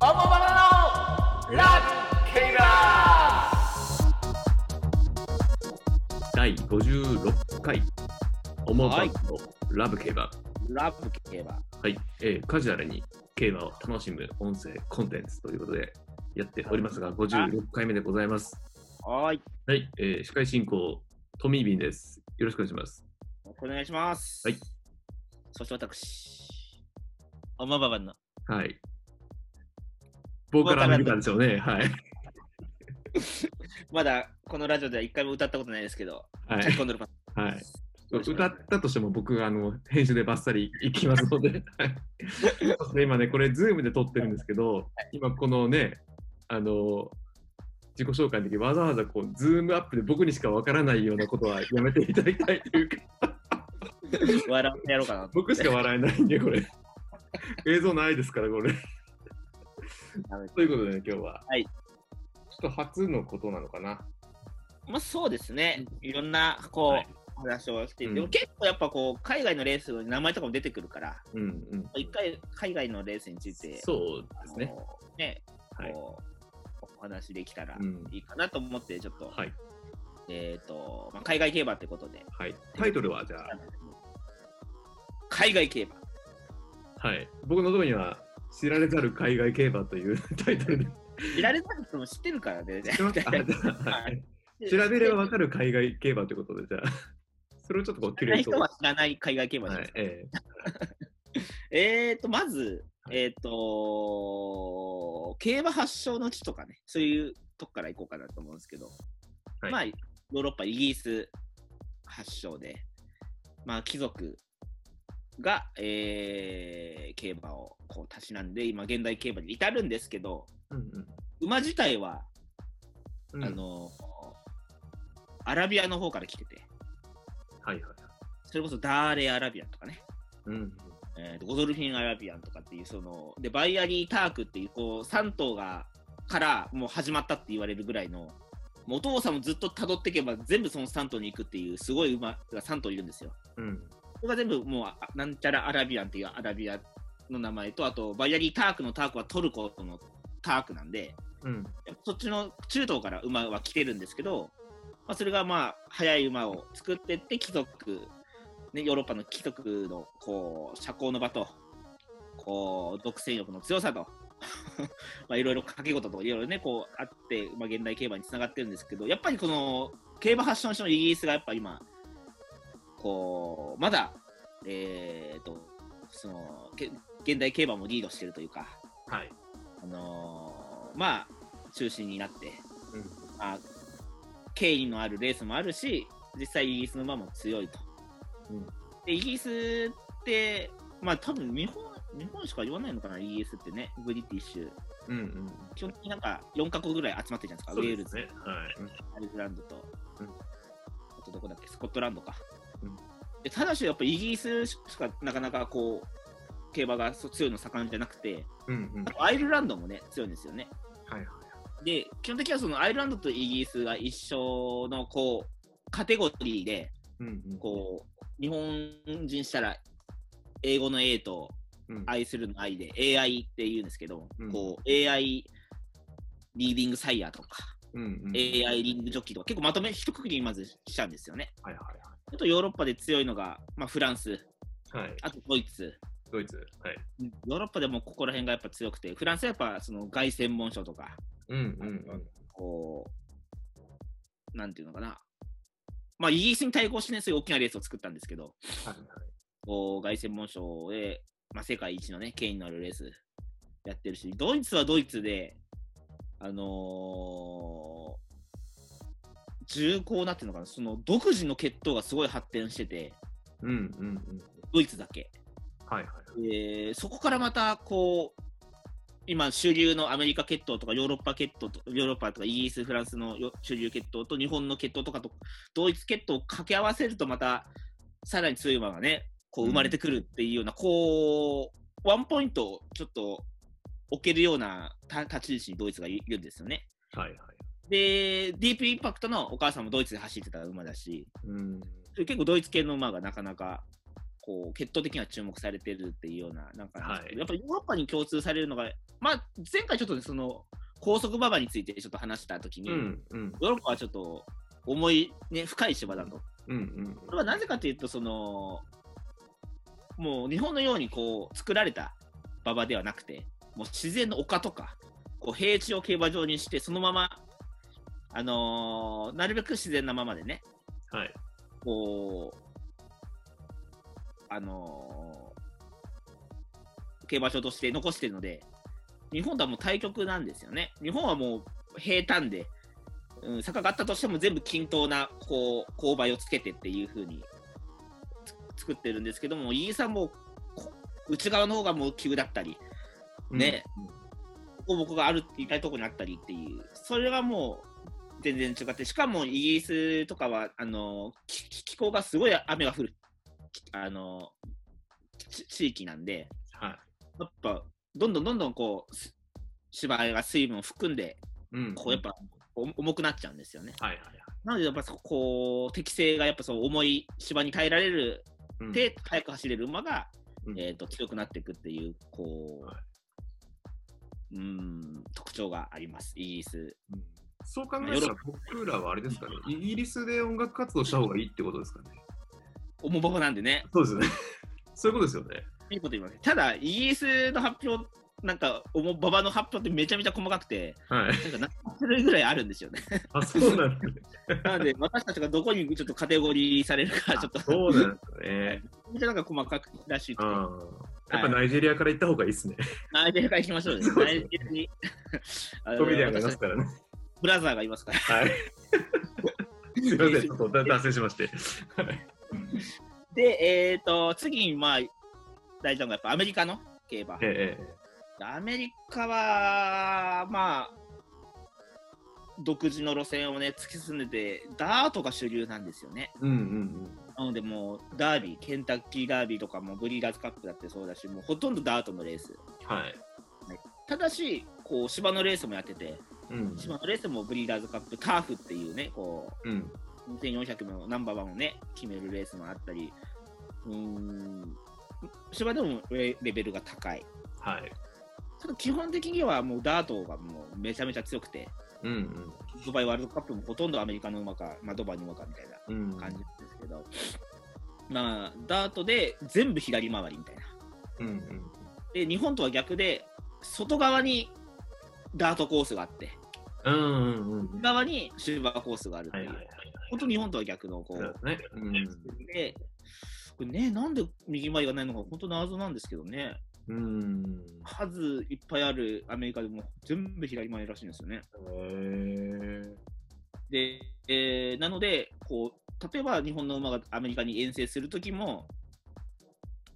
オモバナのラッキーラ第56回、オモバンド、ラブ競馬。ラブ競馬。はい、えーカジュアルに競馬を楽しむ音声コンテンツということでやっておりますが、56回目でございます。はーい。はい、えー司会進行、トミービンです。よろしくお願いします。お願いします。はい。そして私。おまばばんの。はい。僕から見たんでしょうね。はい。まだこのラジオでは一回も歌ったことないですけど、はチャッい。コンドルパス。はい。よろしくお歌願いっしますたとしても僕があの編集でバッサリいきます のではいそして今ねこれズームで撮ってるんですけど今このねあの自己紹介の時わざわざこうズームアップで僕にしかわからないようなことはやめていただきたいという か笑ってやろうかなと思僕っ。してか笑えないんでこれ映像ないですからこれということで、ね、今日は、はいちょっと初のことなのかなまあそうですね。いろんな、こう、はい話をして、うんでも結構やっぱこう、海外のレースの名前とかも出てくるから、うんうん一回海外のレースについて、そうあでのすねねはいこう、お話できたらうんいいかなと思って、ちょっと、はいえっ、と、まあ、海外競馬ってことで、はいタイトルはじゃあ海外競馬。はい、僕のところには知られざる海外競馬という タイト ルで知られた人も知ってるからね。知ってますかはい調べればわかる海外競馬ということで、じゃあ、それをちょっとこう、キ知ュらレなーいト人をは知らない海外競馬じゃはないいですか。えええーと、まず、はいえーと、競馬発祥の地とかね、そういうとこから行こうかなと思うんですけど、はいまあ、ヨーロッパ、イギリス発祥で、まあ、貴族が、えー競馬をこう、たしなんで、今、現代競馬に至るんですけど、うん馬自体は、うんあ、の、アラビアの方から来てて、はいはい。それこそダーレ・アラビアンとかね、うん、えーとゴドルフィン・アラビアンとかっていうそのでバイアリー・タークっていうこう3頭がからもう始まったって言われるぐらいのもうお父さんもずっと辿っていけば全部その3頭に行くっていうすごい馬が3頭いるんですよ。うん、それが全部もうあなんちゃらアラビアンっていうアラビアの名前とあとバイアリー・タークのタークはトルコのタークなんでうん、そっちの中東から馬は来てるんですけど、まあ、それがまあ速い馬を作ってって貴族、ね、ヨーロッパの貴族のこう社交の場とこう独占欲の強さと まあいろいろ掛け事といろいろねこうあって、まあ、現代競馬につながってるんですけどやっぱりこの競馬発祥の人のイギリスがやっぱ今こうまだえー、とそのけ現代競馬もリードしてるというか。はい。あのーまあ中心になって、うんまあ、敬意のあるレースもあるし実際イギリスの馬も強いと、うんでイギリスってまあ多分日本日本しか言わないのかなイギリスってねブリティッシュうん、うん。基本的になんか4カ国ぐらい集まってるじゃないですかそうウェでールすズね。はい。アイルランドと、うんあとどこだっけスコットランドか、うんでただしやっぱイギリスしかなかなかこう競馬がそう強いの盛んじゃなくてうん、うん。アイルランドもね強いんですよねはいはい。で、基本的にはそのアイルランドとイギリスが一緒のこうカテゴリーで、うん、うん。こう日本人したら英語の A とうん、愛するの愛で AI って言うんですけど、うんこう AI リーディングサイヤーとか、うん、うん。 AI リーディングジョッキーとか結構まとめ一括りにまずしちゃうんですよね。はいはあとヨーロッパで強いのが、まあ、フランス、いはい。はい。あとドイツ。ドイツ。はい。ヨーロッパでもここら辺がやっぱ強くて、フランスはやっぱその外専門書とか、うん、うん、こう、なんていうのかな。まあ、イギリスに対抗してね、そういう大きなレースを作ったんですけど、こう外専門賞で、まあ、世界一のね、権威のあるレースやってるし、ドイツはドイツで、あのー重厚なっていうのかな、その独自の血統がすごい発展してて、うん、うん。うん、うん、うん。ドイツだけ。はいはい。えーそこからまたこう今主流のアメリカ血統とかヨーロッパ血統とヨーロッパとかイギリスフランスのよ主流血統と日本の血統とかと同一血統を掛け合わせるとまたさらに強い馬がねこううん生まれてくるっていうような、こうワンポイントをちょっと置けるようなた立ち位置にドイツがいるんですよね。はいはい。でディープインパクトのお母さんもドイツで走ってた馬だしうん。結構ドイツ系の馬がなかなかこう、決闘的には注目されてるっていうような、なんかなんですけど、はいやっぱりヨーロッパに共通されるのが、まあ、前回ちょっとねその、高速馬場についてちょっと話したときに、うんうんヨーロッパはちょっと重い、ね、深い芝だと。うんうんこれはなぜかというと、その、もう日本のようにこう作られた馬場ではなくて、もう自然の丘とか、こう平地を競馬場にして、そのまま、あのーなるべく自然なままでね、はいこう、あのー競馬場として残してるので、日本とはもう対極なんですよね。日本はもう平坦で、うん、坂があったとしても全部均等な、こう、勾配をつけてっていう風につ作ってるんですけども、イギリスはもう、こ内側の方がもう急だったり、ねボコボコがある痛いところにあったりっていう、それはもう全然違って、しかもイギリスとかはあのきき気候がすごい雨が降るきあのち地域なんで、はいやっぱどんどんどんどんこうす芝居が水分を含んで、うんこうやっぱお重くなっちゃうんですよね。はいはいはいなので、やっぱそこう適性がやっぱそう重い芝に耐えられるうんで、速く走れる馬が、うんえー、と強くなっていくっていう、こはう、うーん、特徴があります、イギリス。うんそう考えたら僕らはあれですかねイギリスで音楽活動した方がいいってことですかね重馬場なんでね、そうですよね そういうことですよねいいこと言います。ただ、イギリスの発表、なんか、重馬場の発表ってめちゃめちゃ細かくて、 はいなんか何種類ぐらいあるんですよ ね。あそうなんですねなので、私たちがどこにちょっとカテゴリーされるか、ちょっと、そうなんで すねめちゃなんか細かくらしくうて、んやっぱナイジェリアから行った方がいいですね。ナイジェリアから行きましょうね。そうナですイねジェリアにあのコメディアンがいますからね。ブラザーがいますから。はい。すいません、ちょっとだ脱線しまして。で、えっ、と、次に、まあ、大事なのがやっぱアメリカの競馬。ええアメリカは、まあ、独自の路線をね、突き進んでて、ダートが主流なんですよね。うんうんなので、もう、ダービー、ケンタッキーダービーとかも、ブリーダーズカップだってそうだし、もうほとんどダートのレース。うん。はい。ただし、こう、芝のレースもやってて、うん芝のレースもブリーダーズカップ、ターフっていうね、こう、うん。 2400のナンバーワンをね、決めるレースもあったり、うーん、芝でもレレベルが高い。はい。ただ基本的にはもうダートがもうめちゃめちゃ強くて、うんうん。ドバイワールドカップもほとんどアメリカの馬か、まあ、ドバイの馬かみたいなうん感じなんですけど、まあ、ダートで全部左回りみたいな。うんうん。で、日本とは逆で、外側にダートコースがあって、うんうんうん。内側にシルバーコースがあるって、はいいうはいはい。本当日本とは逆のこ、そううですね。で、これね、なんで右前がないのか、本当謎なんですけどね、うん。うん。数いっぱいあるアメリカでも全部左前らしいんですよね。へえ。で、えーなのでこう、例えば日本の馬がアメリカに遠征するときも、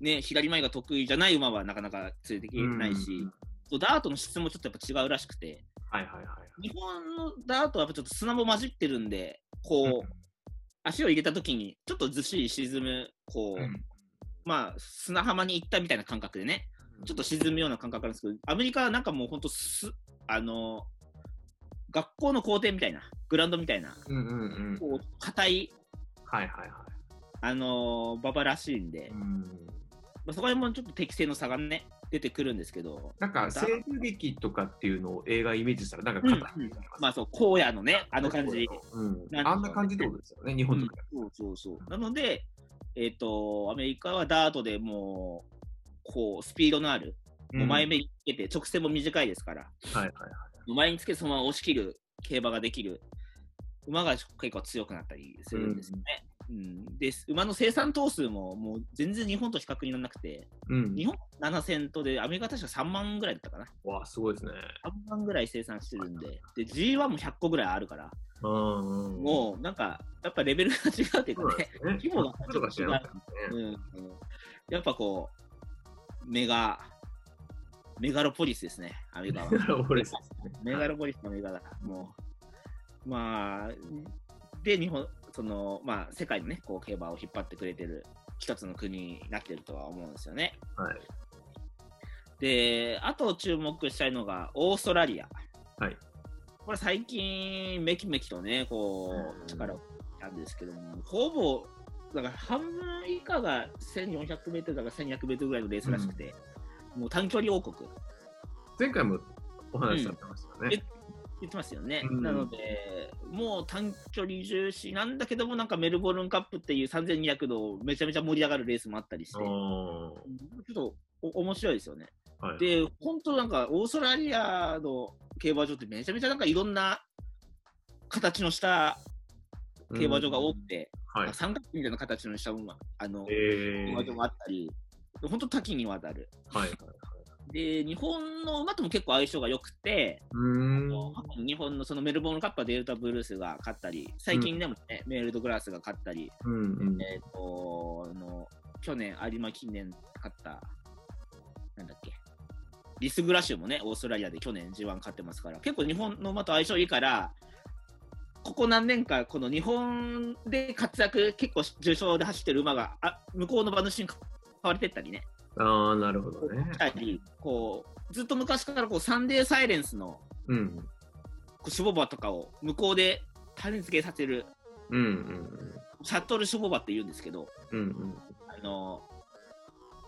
ね、左前が得意じゃない馬はなかなか連れてきないし、そうダートの質もちょっとやっぱ違うらしくて、はいはいはい。日本のダートはやっぱちょっと砂も混じってるんで、こう、足を入れたときに、ちょっとずっしり沈む、こう、うんまあ、砂浜に行ったみたいな感覚でね、ちょっと沈むような感覚なんですけど、アメリカはなんかもう本当す、あの、学校の校庭みたいな、グラウンドみたいな、うんうんうん。こう、硬い、はいはいはあの馬場らしいんい。でう、ん。まあ、そこら辺もちょっと適性の差がね、出てくるんですけど、なんか西部劇とかっていうのを映画イメージしたらなんか硬いうんうんまあそう、荒野のね、ああの感じ。うん。あんな感じってことですよね、日本とか。うんそうそうそう。なので、えっ、と、アメリカはダートでもう、こう、スピードのある、もう前目につけて、直線も短いですから、はいはいはい。前につけてそのまま押し切る競馬ができる馬が結構強くなったりするんですよね。うんで馬の生産頭数ももう全然日本と比較にならなくて、うん日本7000頭で、アメリカは確か3万ぐらいだったかな。わあ、すごいですね。 3万ぐらい生産してるんで、で G1 も100個ぐらいあるから、うんうん。もうなんか、やっぱレベルが違うというそうかなんねで、すね。規模がとかしないね。うんうんやっぱこう、メガ、メガロポリスですね、アメリカは。俺ですね。 メガロポリスの映画だから、もう。まあ、で、日本、その、まあ、世界のね、こう、競馬を引っ張ってくれてる、一つの国になってるとは思うんですよね。はい。で、あと注目したいのが、オーストラリア。はい。これ最近、めきめきとね、こうんう、力を、なんですけども、ほぼ、だから半分以下が1400メートルだから1200メートルぐらいのレースらしくて、もう短距離王国前回もお話しされてましたよね。言ってますよね。うんなので、もう短距離重視なんだけども、なんかメルボルンカップっていう3200のめちゃめちゃ盛り上がるレースもあったりして、あちょっとお面白いですよね。あ、はい。で、本当なんかオーストラリアの競馬場ってめちゃめちゃなんかいろんな形のした競馬場が多くて、うんはいあ。三角形みたいな形のした馬あの、え競馬場ー、もあったり、本当多岐にわたる。はい。で、日本の馬とも結構相性が良くて、うーん。日本のそのメルボルンカップはデルタブルースが勝ったり、最近でもね、メールドグラスが勝ったり、うんうん。えっ、とあの、去年有馬記念勝った、なんだっけ、リス・グラシュもね、オーストラリアで去年 G1 勝ってますから、結構日本の馬と相性いいから、ここ何年か、この日本で活躍、結構重賞で走ってる馬が、あ向こうの馬主に買われてったりね、ああ、なるほどね来。たり、こう、ずっと昔からこうサンデーサイレンスのうん。こうシュボバとかを向こうでタレ付けさせる、うんシャトルシュボバって言うんですけど、うんうん。うんあの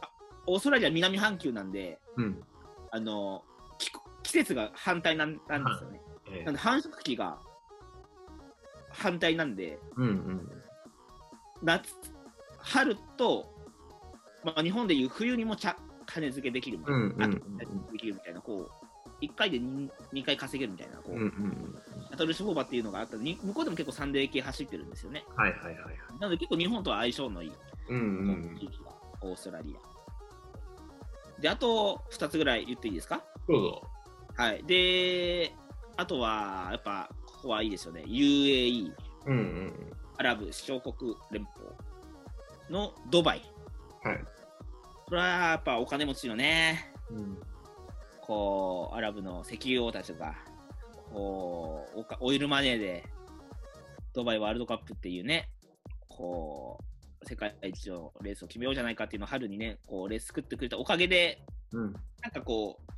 あオーストラリア南半球なんで、うん。うん。あの季季節が反対なんなんですよね。なえんーで繁殖期が反対なんで、うんうん。夏、春と、まあ、日本でいう冬にもちゃ金付けできるみたいな、うんうんうん秋できるみたいな、こう、1回で 2, 二回稼げるみたいな、こう、うんうん。シャトルシュボバっていうのがあったに向こうでも結構サンデー系走ってるんですよね。はいはいはいはい。なので結構日本とは相性のいいうんうん。地域がオーストラリア。で、あと2つぐらい言っていいですかどうぞ。はい。で、あとは、やっぱ、ここはいいですよね。UAE、うんうん。アラブ首長国連邦のドバイ。はい。これはやっぱお金持ちのね、うんこう、アラブの石油王たちが、こう、おかオイルマネーで、ドバイワールドカップっていうね、こう、世界一のレースを決めようじゃないかっていうのを春にね、こう、レース作ってくれたおかげで、うんなんかこう、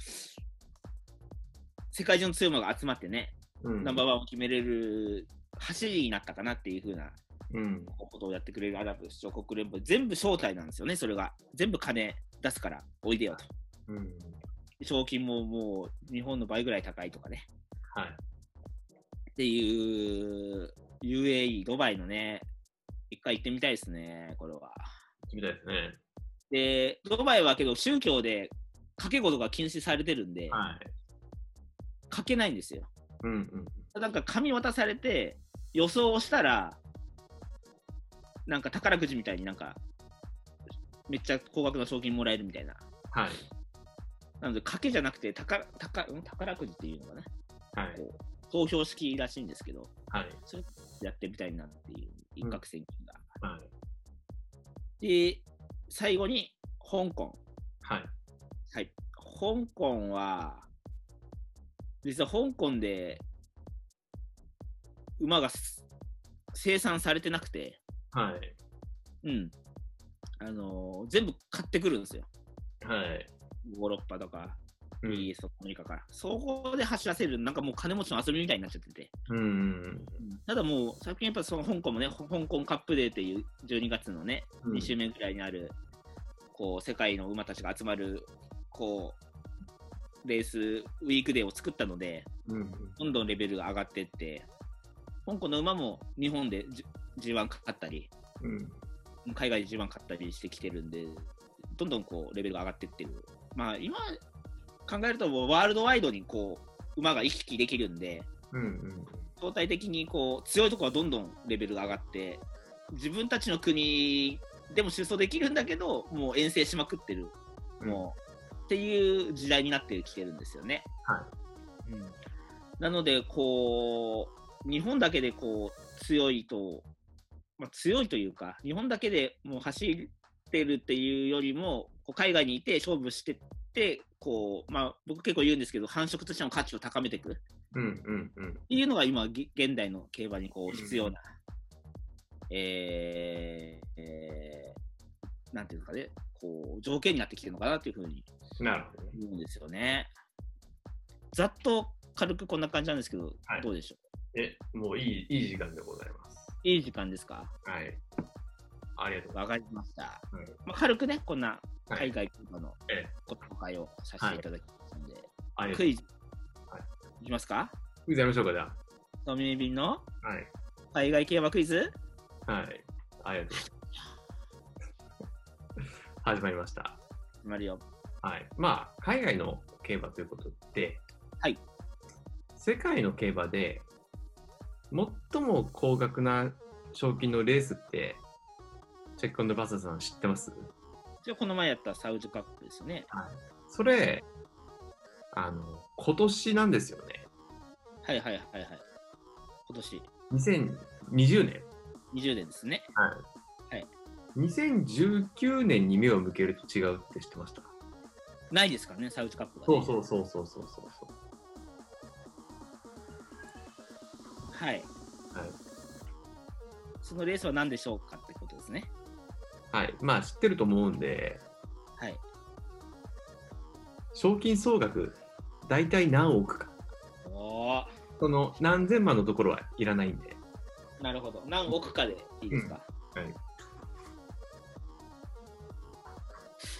世界中の強い馬が集まってね、うん。ナンバーワンを決めれる走りになったかなっていうふうなうん。ことをやってくれるアラブ首長国連邦、全部招待なんですよね、それが。全部金出すから、おいでよと。うん。賞金ももう日本の倍ぐらい高いとかね。はい。っていう UAE、ドバイのね、一回行ってみたいですね、これは。みたいですね。で、ドバイはけど宗教で賭け事が禁止されてるんで、はい。賭けないんですよ。うんうん。なんか紙渡されて予想をしたらなんか宝くじみたいになんかめっちゃ高額な賞金もらえるみたいなはい。なので賭けじゃなくて宝宝ん宝くじっていうのかなはい。投票式らしいんですけどはい。やってみたいなっていう一攫千金が、はい。で最後に香港はい。はい香港は実は香港で馬がす生産されてなくて、はい。うん。あのー全部買ってくるんですよ。はい。ヨーロッパとか、う ES とかアメリカから。そこで走らせる、なんかもう金持ちの遊びみたいになっちゃってて。んうん。ただもう、最近やっぱその香港もね、ほ香港カップデーっていう12月のね、うん2週目ぐらいにある、こう、世界の馬たちが集まる、こう、レース、ウィークデーを作ったので、うん。どんどんレベルが上がってって、香港の馬も日本で G- G1 勝ったり、うん。海外で一番勝ったりしてきてるんで、どんどんこうレベルが上がってってる。まあ今考えるともうワールドワイドにこう馬が行き来できるんで、うん。相対的にこう強いところはどんどんレベルが上がって、自分たちの国でも出走できるんだけど、もう遠征しまくってる。うん。もう、っていう時代になってきてるんですよね。はうんなので、こう、日本だけでこう強いと、まあ、強いというか、日本だけでもう走ってるっていうよりも、こう海外にいて勝負してって、こうまあ、僕結構言うんですけど、繁殖としての価値を高めていくっうん。うん。うん。ていうのが今、ぎ現代の競馬にこう必要な、えーえーなんていうんですかね、こう条件になってきてるのかなというふうになるほど。思うんですよね。ざっと軽くこんな感じなんですけど、はいどうでしょうえ、もういい、いい時間でございます。いい時間ですかはい。ありがとうございわかりました。うんまあ、軽くね、こんなはい海外とかのええご紹介をさせていただきますので、ます。ありがクとうイズ、はいいきますかございましょうか、じゃドミニビンのあ。はい。海外競馬クイズはい。ありがとうございます。始まりました。始まるよ。はい。まあ、海外の競馬ということで、はい。世界の競馬で、最も高額な賞金のレースって、チェックバサさん知ってますじゃあこの前やったサウジカップですね。それ、あの、今年なんですよね。はいはいはいはい。今年2020年。 20年ですね。ははい。い、 2019年に目を向けると違うって知ってましたないですからね、サウジカップが、ね。そうそうそうそうそうそうそうはい。はい、そのレースは何でしょうかってことですね。はい、まあ知ってると思うんではい。賞金総額大体何億かおーその何千万のところはいらないんでなるほど。何億かでいいですか。うんはい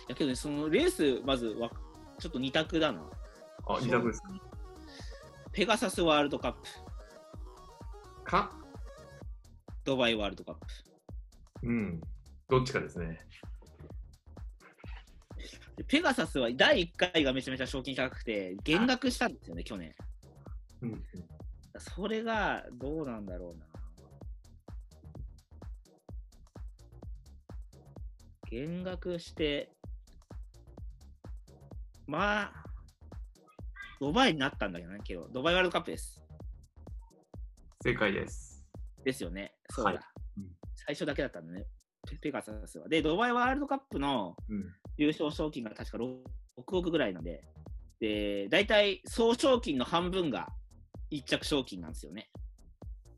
いやけどね、そのレース、まずわちょっと二択だな。あ二択ですかペガサスワールドカップ、かドバイワールドカップ。うんどっちかですねでペガサスは第1回がめちゃめちゃ賞金高くて、減額したんですよね、去年。うんそれがどうなんだろうな。減額して、まあ、ドバイになったんだけどね、けど、ドバイワールドカップです。正解ですですよね、そうだ。はいうん最初だけだったんだね、ペペガサスは。で、ドバイワールドカップのうん優勝賞金が確か6億ぐらいなんで、で、大体総賞金の半分が一着賞金なんですよね。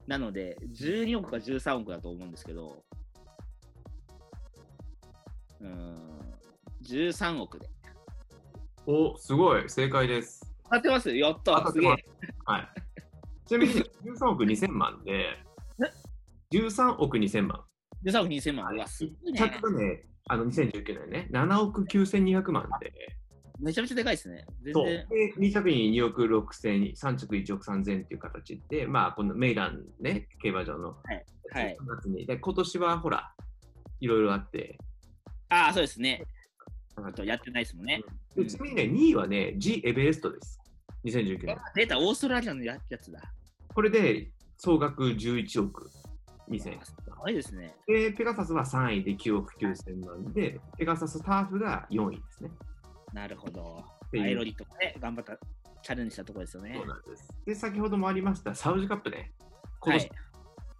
なので、12億か13億だと思うんですけど、うーん、13億で。おすごい正解です当たってますやっ当たたっすてげまえすはいちなみに13億2000万で13億2000万 !13 億2000万うわ、すごいちゃんね。とね、あの2019年ね、7億9200万で、めちゃめちゃでかいですね。全そう然で。2着に2億6000、3着1億3000っていう形で、まあ、このメイランね、競馬場のは3い。月に、で今年はほら、いろいろあって、ああ、そうですね。なんあかとやってないですもんね。でちなみにね、2位はね、G エベレストです、2019年。データオーストラリアのややつだ。これで総額11億2000あすごいですね。で、ペガサスは3位で9億9000万で、ペガサスターフが4位ですね。なるほど。ていうアイロリとかね、頑張った、チャレンジしたところですよねそう。なんです。で、先ほどもありました、サウジカップね、は今年い。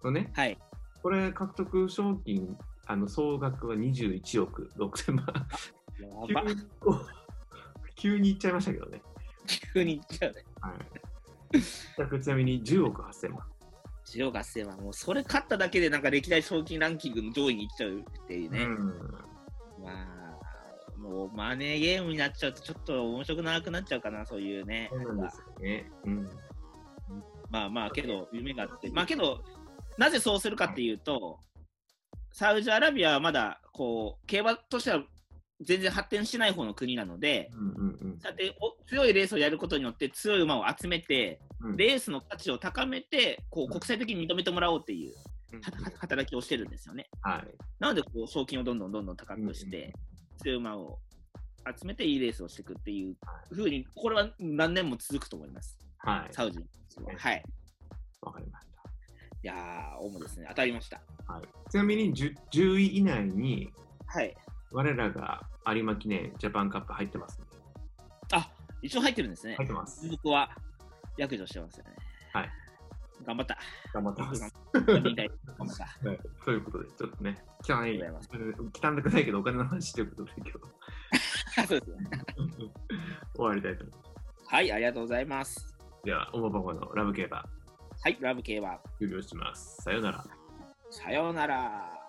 のね、はい。これ獲得賞金あの総額は21億6000万。や急ば。にこう急にいっちゃいましたけどね。急に行っちゃうね。はい、100ちなみ に10億8000万。塩合戦はもうそれ勝っただけでなんか歴代賞金ランキングの上位に行っちゃうっていうね。うんまあ、もうマネーゲームになっちゃうとちょっと面白くなくなっちゃうかな、そういうね。そうなんですよね。うん、まあまあけど夢があって、まあけど、なぜそうするかっていうと、サウジアラビアはまだこう競馬としては全然発展しない方の国なので、うんうんうんさてお強いレースをやることによって強い馬を集めて、うんレースの価値を高めて、こう国際的に認めてもらおうっていううんはは働きをしてるんですよね。はい。なのでこう賞金をどんどんどんどん高くして、強い馬を集めていいレースをしていくっていうふうに、これは何年も続くと思います、はい。サウジは。はいわかりました。いやー、主ですね。当たりました。ちなみに 10, 10位以内にはい。我らが有馬記念ジャパンカップ入ってますね。あ、一応入ってるんですね。入ってます。僕は、約定してますよね。はい。頑張 った。頑張ってます。頑張った。はい、ということで、ちょっとね、汚ありいがとうござ、汚くないけど、お金の話ということで、今日そうですね。終わりたいと思います。はい、ありがとうございます。では、おもばばのラブ競馬、はい、ラブ系は、終了します。さようなら。さようなら。